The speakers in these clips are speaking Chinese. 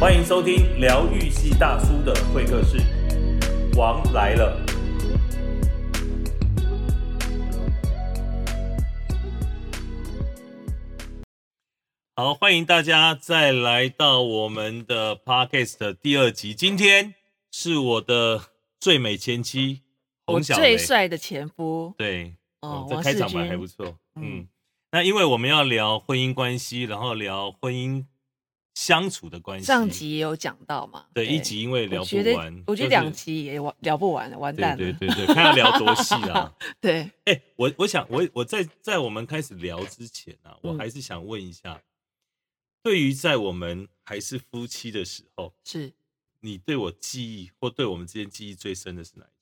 欢迎收听疗愈系大叔的会客室，王来了。好，欢迎大家再来到我们的 podcast 的第二集。今天是我的最美前妻我洪小最梅，帅的前夫对，哦哦，，这王开世场白还不军。错。嗯嗯，那因为我们要聊婚姻关系，然后聊婚姻相处的关系。上集也有讲到嘛？对一集因为聊我不觉得完，我觉就得是两集也完聊不完了，完对蛋对了。对对，看要聊多细 啊！对，哎、我我想我我在在我们开始聊之前啊，我嗯还是想问一下，对于在我们还是夫妻的时候，是你对我记忆或对我们之间记忆最深的是哪一件事？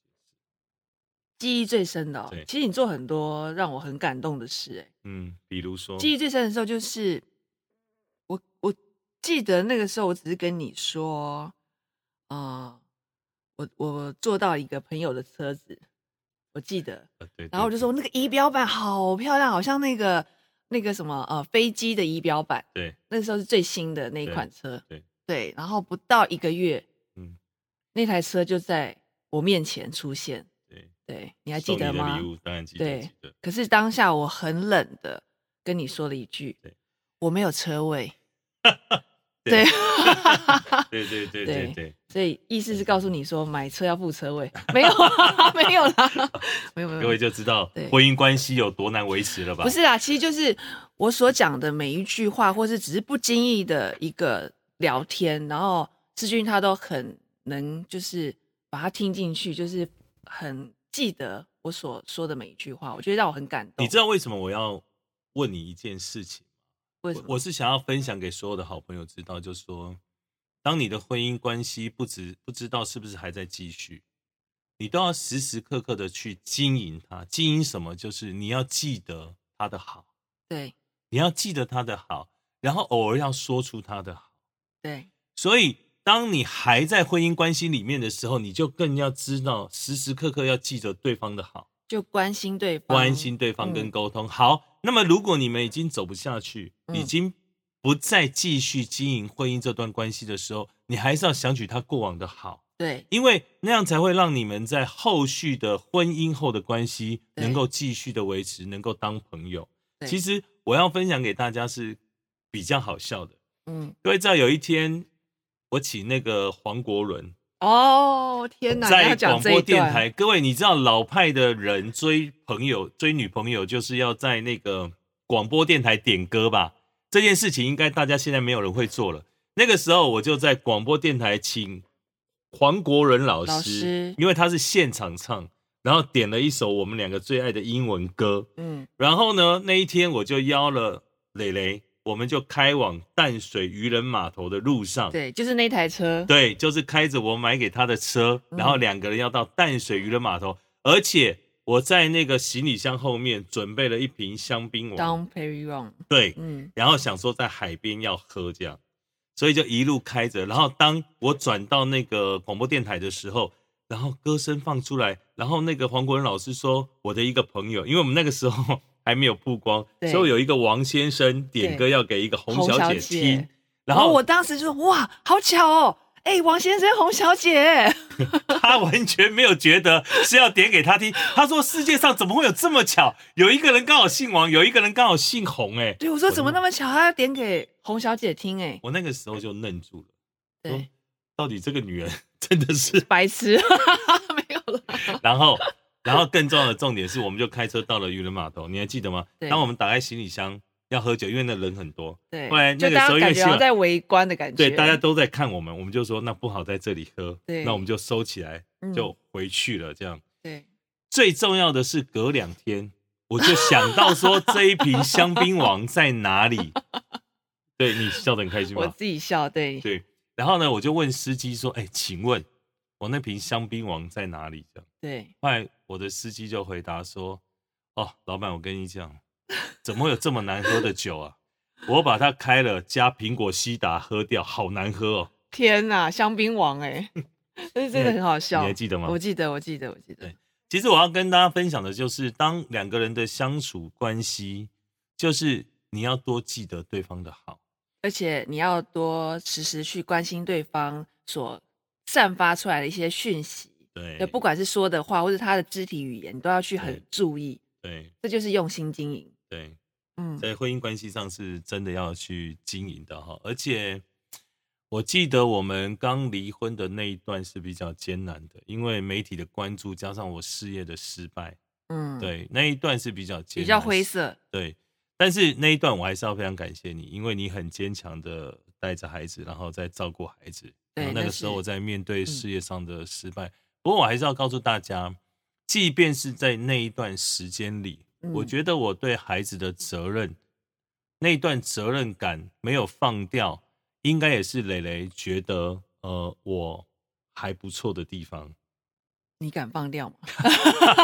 记忆最深的哦对。其实你做很多让我很感动的事，哎，嗯，比如说，记忆最深的时候就是我我记得那个时候，我只是跟你说，啊、我我坐到一个朋友的车子，我记得，呃对，然后我对就说那个仪表板好漂亮，好像那个那个什么呃飞机的仪表板，对，那时候是最新的那一对款车，对对，然后不到一个月，嗯，那台车就在我面前出现，对，对，你还送记得你的吗？礼物当然记得，对记得，可是当下我很冷的跟你说了一句对，我没有车位。 对对，对对对对啊对对，所以意思是告诉你说买车要付车位，没有啦， 没有啦，没有没有，各位就知道嗯对婚姻关系有多难维持了吧？不是啦，其实就是我所讲的每一句话，或是只是不经意的一个聊天，然后志军他都很能就是把它听进去，就是很记得我所说的每一句话，我觉得让我很感动。你知道为什么我要问你一件事情？为什我么？我是想要分享给所有的好朋友知道，就是说，当你的婚姻关系不知不知道是不是还在继续，你都要时时刻刻的去经营它。经营什么？就是你要记得它的好，对你要记得它的好，然后偶尔要说出它的好。对所以，当你还在婚姻关系里面的时候，你就更要知道时时刻刻要记得对方的好。就关心对方，关心对方跟嗯沟通。好，那么如果你们已经走不下去，嗯已经不再继续经营婚姻这段关系的时候，你还是要想起他过往的好，对因为那样才会让你们在后续的婚姻后的关系对能够继续的维持，能够当朋友。对其实我要分享给大家是比较好笑的，嗯各位知道有一天我请那个黄国伦哦天哪，你在要讲广这一播电段台，各位你知道老派的人追朋友、追女朋友，就是要在那个广播电台点歌吧？这件事情应该大家现在没有人会做了。那个时候我就在广播电台请黄国仁老师，老师因为他是现场唱，然后点了一首我们两个最爱的英文歌。嗯然后呢，那一天我就邀了蕾蕾，我们就开往淡水渔人码头的路上。对，就是那台 车，对，就是开着我买给他的车，嗯然后两个人要到淡水渔人码头，而且我在那个行李箱后面准备了一瓶香槟王，当 Perry Wrong，对，嗯然后想说在海边要喝这样，所以就一路开着，然后当我转到那个广播电台的时候。然后歌声放出来，然后那个黄国仁老师说，我的一个朋友，因为我们那个时候还没有曝光，对所以有一个王先生点对歌要给一个洪洪小小姐姐听，然然后后我当时就说哇，好巧哦，哎、王先生，洪小姐，他完全没有觉得是要点给他听。他说：“世界上怎么会有这么巧？有一个人刚好姓王，有一个人刚好姓洪。”哎，对我说怎么那么巧，他要点给洪小姐听、哎，我那个时候就愣住了。对，到底这个女人 真的是……白痴，没有了，然后，然后更重要的重点是，我们就开车到了渔人码头，你还记得吗？对当我们打开行李箱要喝酒，因为那人很多，对，后来那就个大时候家因为是感觉好像在围观的感觉，对，大家都在看我们，我们就说那不好在这里喝，对那我们就收起来嗯就回去了，这样。对，最重要的是，隔两天我就想到说这一瓶香槟王在哪里。对你笑得很开心我吧？自己笑，对，对。然后呢，我就问司机说：“哎，请问我那瓶香槟王在哪里？”这样，对，后来我的司机就回答说：“哦，老板，我跟你讲，怎么会有这么难喝的酒啊？我把它开了，加苹果西达喝掉，好难喝哦。天哪，香槟王、哎，但是真的很好 你笑还，记得吗？我记得，我记得，我记得对，其实我要跟大家分享的就是，当两个人的相处关系，就是你要多记得对方的好，而且你要多时时去关心对方所散发出来的一些讯息，对，就不管是说的话，或是他的肢体语言，你都要去很对注意，对这就是用心经营。对，嗯，在婚姻关系上是真的要去经营的哈。而且我记得我们刚离婚的那一段是比较艰难的，因为媒体的关注加上我事业的失败，嗯，，对那一段是比较艰比较难灰色，对，但是那一段我还是要非常感谢你，因为你很坚强的带着孩子，然后再照顾孩子。对然后那那个时候是嗯我在面对事业上的失败，不过我还是要告诉大家，即便是在那一段时间里，我嗯觉得我对孩子的责任，那一段责任感没有放掉，应该也是蕾蕾觉得呃我还不错的地方。你敢放掉 吗？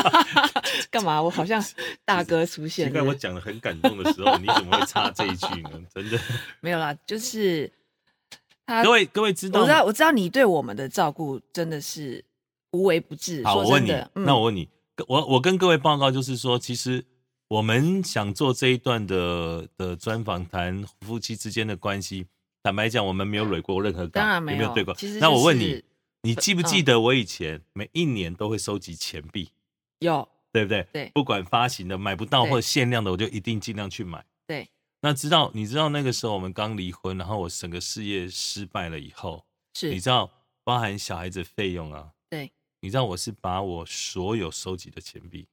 干嘛？我好像大哥出奇现怪，了我，讲的很感动的时候，你怎么会插这一句呢？真的，没有啦，就是 他各，位各位知道我吗，知道，我知道你对我们的照顾真的是无微不至。好，说我问真你的，嗯那我问你，我我跟各位报告就是说，其实我们想做这一段的的专访，谈夫妻之间的关系。坦白讲，我们没有蕊过任何稿，当然也没没有对过。其实那就我问你是，嗯你记不记得我以前每一年都会收集钱币，有对不对？对不管发行的、买不到对或限量的，我就一定尽量去买。对那知道你知道那个时候我们刚离婚，然后我整个事业失败了以后，你是知道包含小孩子费用啊，对，你知道我是把我所有收集的钱币，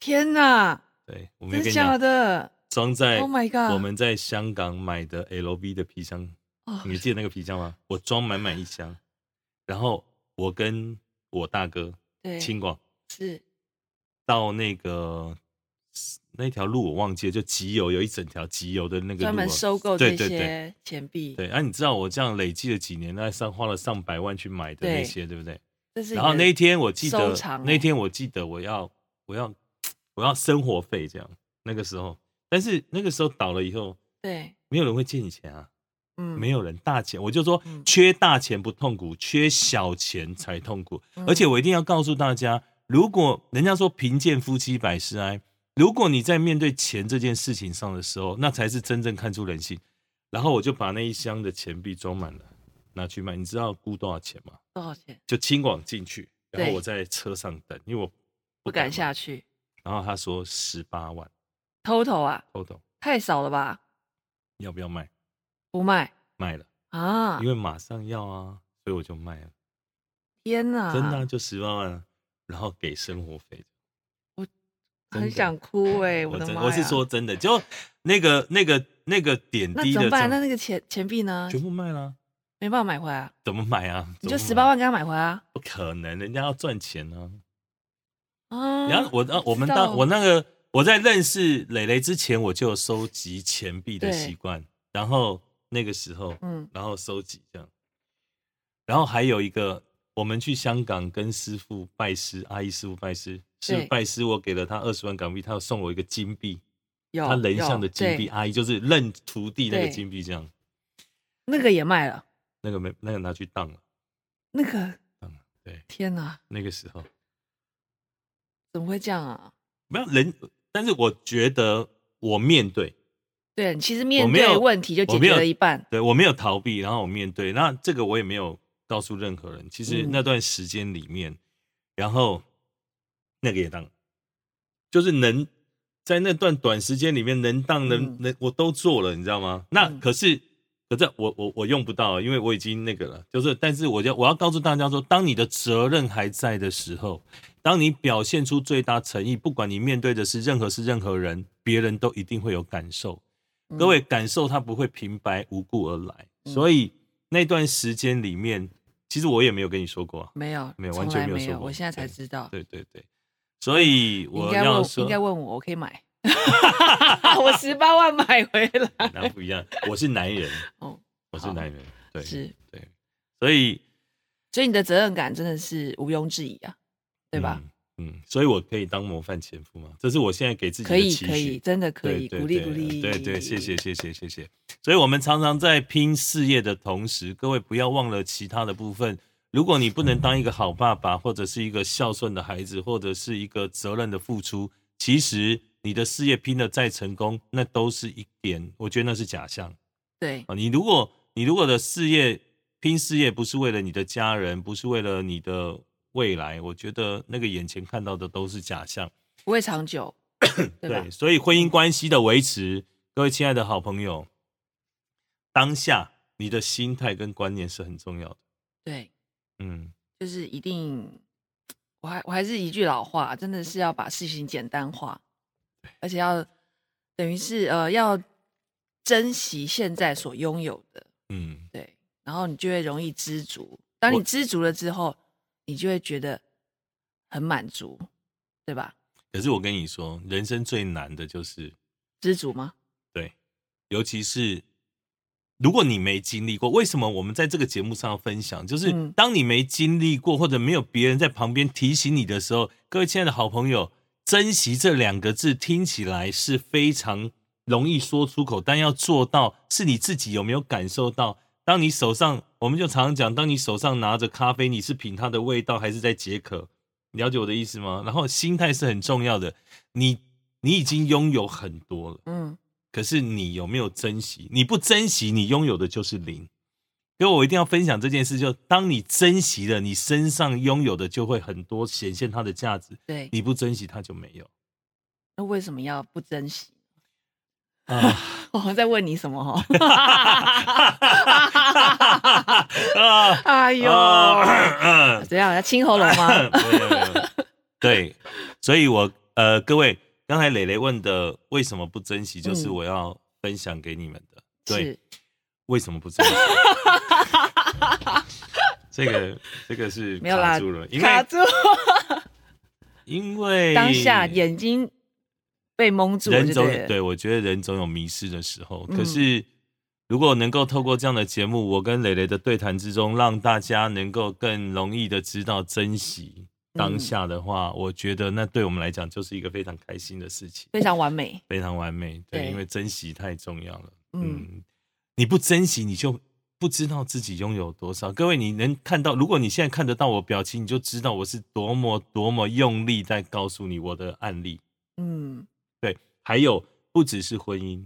天哪，对我没真有跟的你假讲，的？装在 Oh my god 我们在香港买的 LV 的皮箱，哦，你记得那个皮箱吗？我装满满一箱，然后我跟我大哥对，青广是到那个那条路我忘记了，就集邮有一整条集邮的那个专路、啊门。收购对这对对些钱币，对，啊，你知道我这样累积了几年，那上花了上百万去买的那对些，对不对？这是然后你的那一天我记收得，藏那欸一天我记得我要我要我要生活费这样。那个时候，但是那个时候倒了以后，对，没有人会借你钱啊，嗯，没有人大钱，我就说嗯缺大钱不痛苦，缺小钱才痛苦。嗯而且我一定要告诉大家，如果人家说贫贱夫妻百事哀，如果你在面对钱这件事情上的时候，那才是真正看出人性。然后我就把那一箱的钱币装满了，拿去卖。你知道估多少钱吗？多少钱？就轻广进去，然后对我在车上等，因为我不敢嘛。下去然后他说十八万，total 啊， ，total 太少了吧？要不要卖？不卖卖了，啊因！为马上要啊，所以我就卖了，天哪，真的啊、就十八万啊，然后给生活费。真很的想哭哎！我的真妈呀！我是说真的，就那个那个那个点那滴怎的么状办？那那个钱钱币呢？全部卖了啊，没办法买回来啊，怎么买啊？你就怎十么买八万给他买回来啊。不可能，人家要赚钱啊。啊，然后我那我们知道当我那个我在认识蕾蕾之前，我就有收集钱币的对习惯，然后那个时候，嗯然后收集这样，然后还有一个，我们去香港跟师傅拜师，阿姨师傅拜师，师傅对拜师，我给了他二十万港币，他有送我一个金币，有他人像有的金币，对阿姨就是认徒弟那个对金币这样，那个也卖了，那个没那个拿去当了，那个嗯对，天哪，那个时候怎么会这样啊？没有人，但是我觉得我面对。对，其实面我没有对问题就我解没决有了一半，对我没有逃避，然后我面对，那这个我也没有告诉任何人。其实嗯那段时间里面，然后那个也当，就是能在那段短时间里面能当能、嗯能我都做了，你知道吗？那嗯可是、可是我我我用不到，因为我已经那个了。就是但是我要我要告诉大家说，当你的责任还在的时候，当你表现出最大诚意，不管你面对的是任何事任何人，别人都一定会有感受。嗯各位感受它不会平白无故而来，嗯所以那段时间里面，其实我也没有跟你说过啊，没有没有从完全来没有没说有，过我现在才对知道，对对对，所以嗯你应我该问要我说应该问我，我可以买， 我十八万买回来， 那不一样，我是男人， 哦，我是好男人，对是，对，所以所以你的责任感真的是毋庸置疑啊，对吧？？嗯，嗯所以我可以当模范前夫吗？这是我现在给自己可的以期可以，许。真的可对以，对鼓励对呃鼓励，对对，谢谢谢谢谢谢。所以，我们常常在拼事业的同时，各位不要忘了其他的部分。如果你不能当一个好爸爸，或者是一个孝顺的孩子，或者是一个责任的付出，其实你的事业拼的再成功，那都是一点，我觉得那是假象。对啊，你如果你如果的事业拼事业不是为了你的家人，不是为了你的未来，我觉得那个眼前看到的都是假象。不会长久，对吧？嗯所以婚姻关系的维持，各位亲爱的好朋友，当下你的心态跟观念是很重要的。对，嗯，就是一定，我还我还是一句老话，真的是要把事情简单化，而且要等于是呃要珍惜现在所拥有的，嗯，对，然后你就会容易知足。当我你知足了之后，你就会觉得很满足，对吧？可是我跟你说，人生最难的就是知足吗？对，尤其是如果你没经历过，为什么我们在这个节目上要分享？就是嗯当你没经历过，或者没有别人在旁边提醒你的时候，各位亲爱的好朋友，珍惜这两个字听起来是非常容易说出口，但要做到，是你自己有没有感受到？当你手上，我们就常常讲，当你手上拿着咖啡，你是品它的味道，还是在解渴？了解我的意思吗？然后心态是很重要的，你你已经拥有很多了。嗯，可是你有没有珍惜？你不珍惜，你拥有的就是零。所以我一定要分享这件事，就当你珍惜了，你身上拥有的就会很多，显现它的价值；对。你不珍惜，它就没有。那为什么要不珍惜？ 啊我在问你什么哦？啊！哎呦，啊 怎样？要清喉咙吗？没有没有没有对，所以我呃，各位刚才磊磊问的为什么不珍惜，就是嗯我要分享给你们的。 对，是，为什么不 珍惜？这个这个是没有啦卡住了，因卡为住，因为当下眼睛被蒙住了人就总对了。对我觉得人总有迷失的时候，嗯可是如果能够透过这样的节目，我跟磊磊的对谈之中，让大家能够更容易的知道珍惜当下的话，嗯我觉得那对我们来讲就是一个非常开心的事情，非常完美。非常完美。对，对因为珍惜太重要了。嗯，嗯，你不珍惜，你就不知道自己拥有多少。各位，你能看到，如果你现在看得到我表情，你就知道我是多么多么用力在告诉你我的案例。嗯，对，还有不只是婚姻，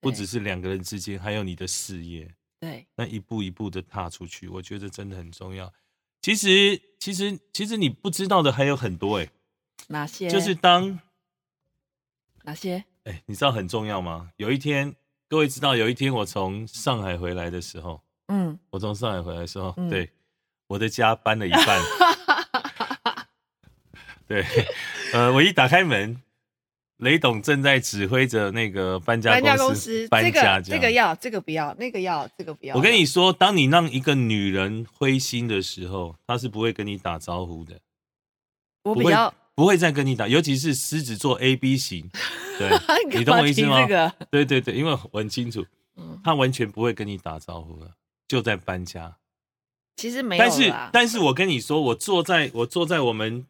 不对只是两个人之间，还有你的事业，对，那一步一步的踏出去，我觉得真的很重要。其实，其实，其实你不知道的还有很多、欸，哪些？就是当哪些？哎、你知道很重要吗？有一天，各位知道，有一天我从上海回来的时候，嗯，我从上海回来的时候，嗯对我的家搬了一 半。对，呃，我一打开门，雷董正在指挥着那个搬家搬家公公司司，搬这家个这这样个要，这个不要，那个要，这个不要。我跟你说，当你让一个女人灰心的时候，她是不会跟你打招呼的，我不比会较，不会再跟你打，尤其是狮子座 A B 型，对，你干懂嘛我意思提吗？这个，对对对，因为我很清楚，嗯，她完全不会跟你打招呼了，就在搬家。其实没有但是啦，但是我跟你说，我坐在我坐在我们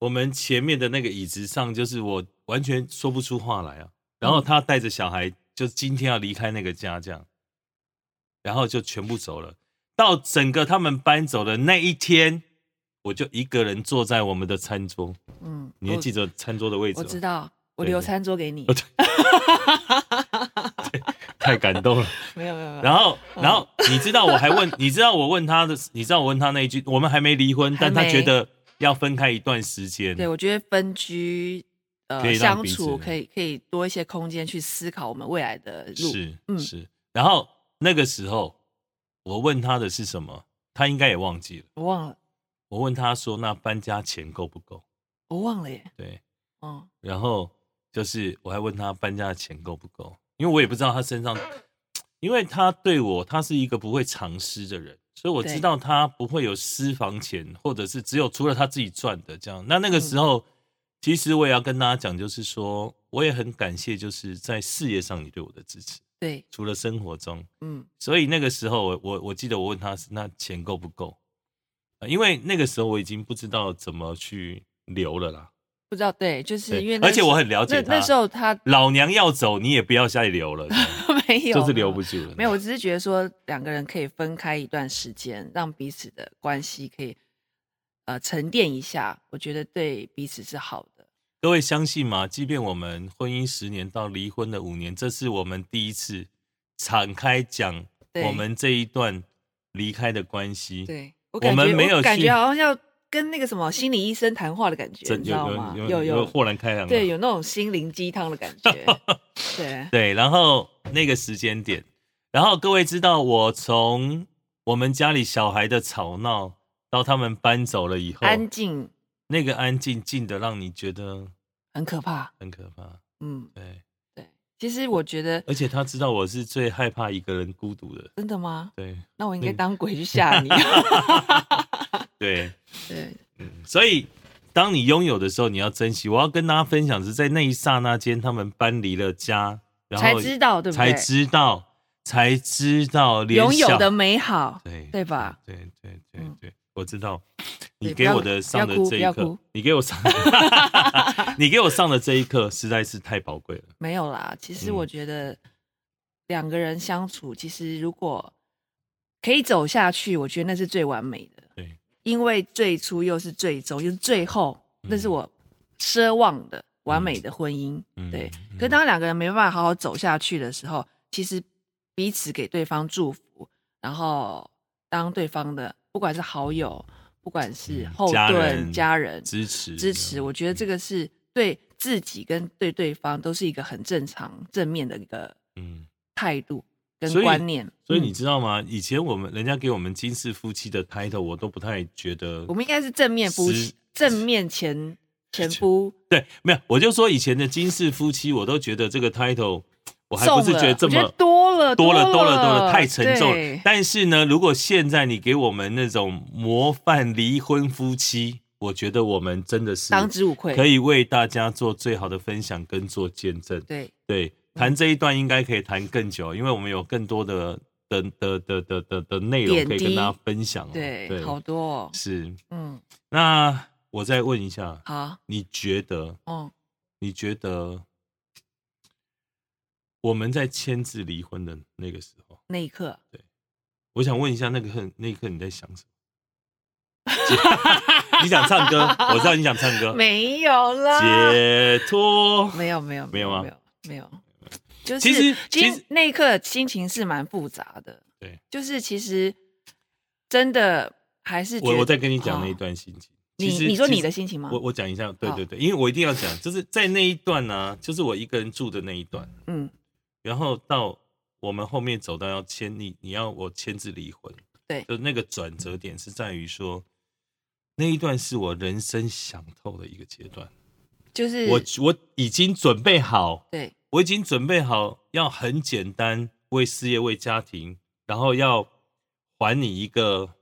我们前面的那个椅子上，就是我完全说不出话来啊。然后他带着小孩，就今天要离开那个家，这样，然后就全部走了。到整个他们搬走的那一天，我就一个人坐在我们的餐桌，嗯，你还记得餐桌的位置我？吗？我知道，我对留对餐桌给你。太感动 了。没有没有没有。然后，然后你知道我还问，你知道我问他的，你知道我问他那一句，我们还没离婚，但他还没觉得要分开一段时间。对，我觉得分居可呃以让相彼此处可以可以多一些空间去思考我们未来的路。是，嗯是。然后那个时候，我问他的是什么，他应该也忘记了。我忘了，我问他说：“那搬家钱够不够我忘了耶？”。对，哦，然后就是我还问他搬家的钱够不够，因为我也不知道他身上，因为他对我，他是一个不会藏私的人，所以我知对道他不会有私房钱，或者是只有除了他自己赚的这样。那那个嗯时候，其实我也要跟大家讲，就是说，我也很感谢，就是在事业上你对我的支持，对，除了生活中。嗯，所以那个时候我，我我记得我问他是那钱够不够、呃因为那个时候我已经不知道怎么去留了啦。不知道，对，就是因为对，那而且时我很了解那他。那时候他老娘要走，你也不要再留了， 没有，就是留不住了。没有，我只是觉得说两个人可以分开一段时间，让彼此的关系可以呃沉淀一下，我觉得对彼此是好的。各位相信吗？即便我们婚姻十年到离婚的五年，这是我们第一次敞开讲对我们这一段离开的关系。对我我感觉们没有感去觉好像要跟那个什么心理医生谈话的感觉，真你知道吗有？有有有，豁然开朗。对，有那种心灵鸡汤的感 觉。对，对，然后那个时间点，然后各位知道，我从我们家里小孩的吵闹到他们搬走了以后，安静那个安静静的，让你觉得很可怕。很可怕。嗯，对，对。其实我觉得，而且他知道我是最害怕一个人孤独的。真的吗？对，那我应该嗯当鬼去吓 你。对，对，嗯，所以当你拥有的时候，你要珍惜。我要跟大家分享是在那一刹那间，他们搬离了家，然才后知道对不才对？知道，才知道连拥有小的美好。对对吧？对对对嗯对，我知 道。对你不给要我的上的不要哭这不一要课哭，你给我上， 你给我上的这一课实在是太宝贵了。没有啦，其实嗯我觉得两个人相处，其实如果可以走下去，我觉得那是最完美的。对，因为最初又是最终又是最后，嗯那是我奢望的完美的婚姻。嗯对，嗯可当两个人没办法好好走下去的时候，其实彼此给对方祝福，然后当对方的不管是好友，不管是嗯后家盾、人家人支持支持，我觉得嗯这个是对自己跟对对方都是一个很正常、正面的一个嗯，态度跟所以观念。所以嗯你知道吗？以前我们人家给我们金氏夫妻的 title，我都不太觉得我。们应该是正面夫十妻，正面前前夫，对，没有，我就说以前的金氏夫妻，我都觉得这个 title，我还中不了，是觉得这我么哦多了，多了，了多了多了，太沉重了对。但是呢，如果现在你给我们那种模范离婚夫妻，我觉得我们真的是当之无愧。可以，以为大家做最好的分享跟做见证。对，对，谈这一段应该可以谈更久，因为我们有更多的的的的的的的内容点可以滴跟大家分享哦。对，好多哦。是。嗯，那我再问一下，好，你觉得？嗯，你觉得我们在签字离婚的那个时候？那一刻，我想问一下，那个刻那一刻你在想什么？你想唱歌，我知道你想唱歌。没有啦，解脱，没有，没有，没有吗没有，没有，就是其实其其实实那一刻心情是蛮复杂的。对，就是其实真的还是觉我得我再跟你讲那一好段心情。你其实你说其你的实心情吗？我我讲一下，对好对对，因为我一定要讲，就是在那一段呢、就是我一个人住的那一段，嗯，然后到我们后面走到要签你你要我签字离婚，对就那个转折点是在于说，那一段是我人生想透的一个阶段，就是我我已经准备好对我已经准备好要很简单为事业为家庭，然后要还你一个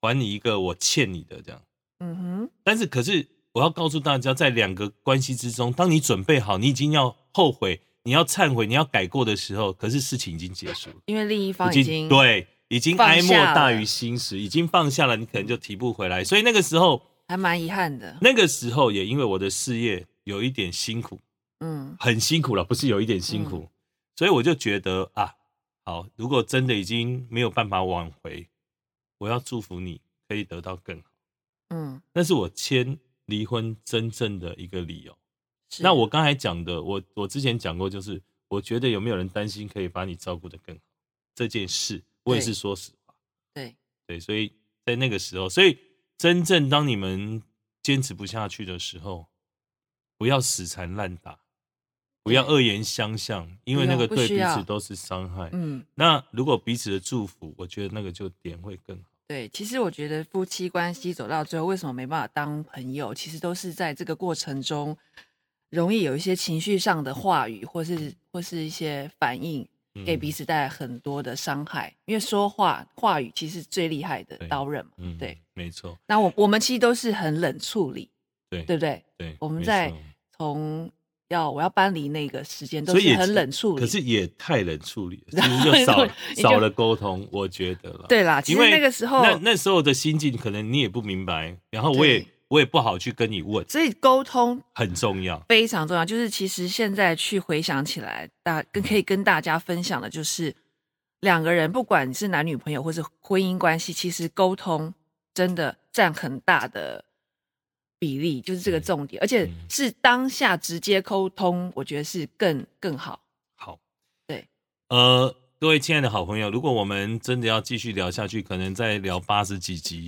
还你一个我欠你的这样。嗯哼但是可是我要告诉大家，在两个关系之中，当你准备好，你已经要后悔，你要忏悔，你要改过的时候，可是事情已经结束了，因为另一方已经对，已经放哀莫下大了于心死，已经放下了，你可能就提不回来。所以那个时候，还蛮遗憾的，那个时候也因为我的事业有一点辛苦，嗯很辛苦了，不是有一点辛苦，所以我就觉得啊，好，如果真的已经没有办法挽回，我要祝福你可以得到更好。嗯，那是我签离婚真正的一个理由。是那我刚才讲的，我我之前讲过，就是我觉得有没有人担心可以把你照顾得更好这件事，我也对是说实话。对对，所以在那个时候，所以真正当你们坚持不下去的时候，不要死缠烂打，不要对恶言相向，因不为那用个不对需彼要此都是伤害。嗯那如果彼此的祝福，我觉得那个就点会更好。对，其实我觉得夫妻关系走到最后，为什么没办法当朋友？其实都是在这个过程中，容易有一些情绪上的话语，或是或是一些反应，给彼此，此带来很多的伤害。因为说话话语其实最厉害的对刀刃嘛。嗯对，没错，那我我们其实都是很冷处理，对对不对？对，我们没在错从要我要搬离那个时间，都所以是也很冷处理。可是也太冷处 理了，其实就少你就少了沟通，我觉得了。对啦，其因实为那个时候，那那时候的心境，可能你也不明白，然后我也对我也不好去跟你问，所以沟通很重要。非常重要。就是其实现在去回想起来，大跟可以跟大家分享的就是，两个人不管你是男女朋友或是婚姻关系，其实沟通真的占很大的比例，就是这个对重点，而且嗯是当下直接沟通，我觉得是更更好。好，对，呃，各位亲爱的好朋友，如果我们真的要继续聊下去，可能再聊八十几 集，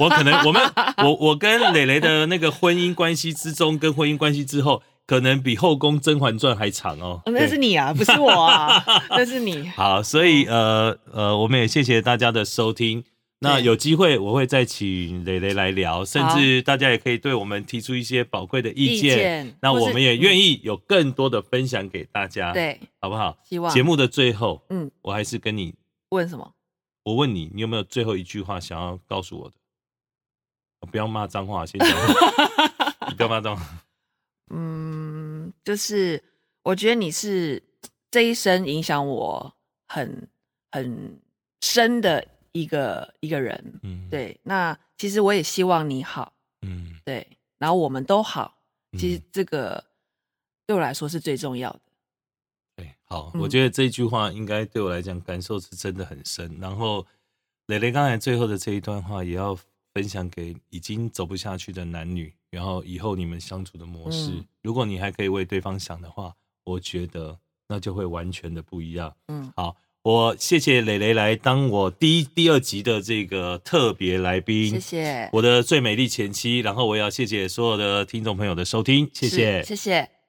我可能我们我我跟磊磊的那个婚姻关系之中，跟婚姻关系之后，可能比后宫《甄嬛传》还长哦。哦那是你啊，不是我 啊，那是你。好，所以呃呃，我们也谢谢大家的收听。那对有机会我会再请蕾蕾来聊，甚好至大家也可以对我们提出一些宝贵的意意见。见那或我是嗯们也愿意啊有更多的分享给大家，，对，好不好？希望节目的最后，嗯，我还是跟你，问什么？我问你，你有没有最后一句话想要告诉我的？哦不要骂脏话，先 讲话，你不要骂脏话。嗯，就是我觉得你是这一生影响我很很深的一个一个人。嗯，，对，那其实我也希望你好，嗯，对，然后我们都好。其实嗯这个对我来说是最重要的。对，好，嗯我觉得这句话应该对我来讲感受是真的很深。然后蕾蕾刚才最后的这一段话，也要分享给已经走不下去的男女，然后以后你们相处的模式，嗯如果你还可以为对方想的话，我觉得那就会完全的不一样。嗯，好，我谢谢蕾蕾来当我第一、第二集的这个特别来宾，谢谢，我的最美丽前妻。然后我也要谢谢所有的听众朋友的收听，谢谢，是谢谢。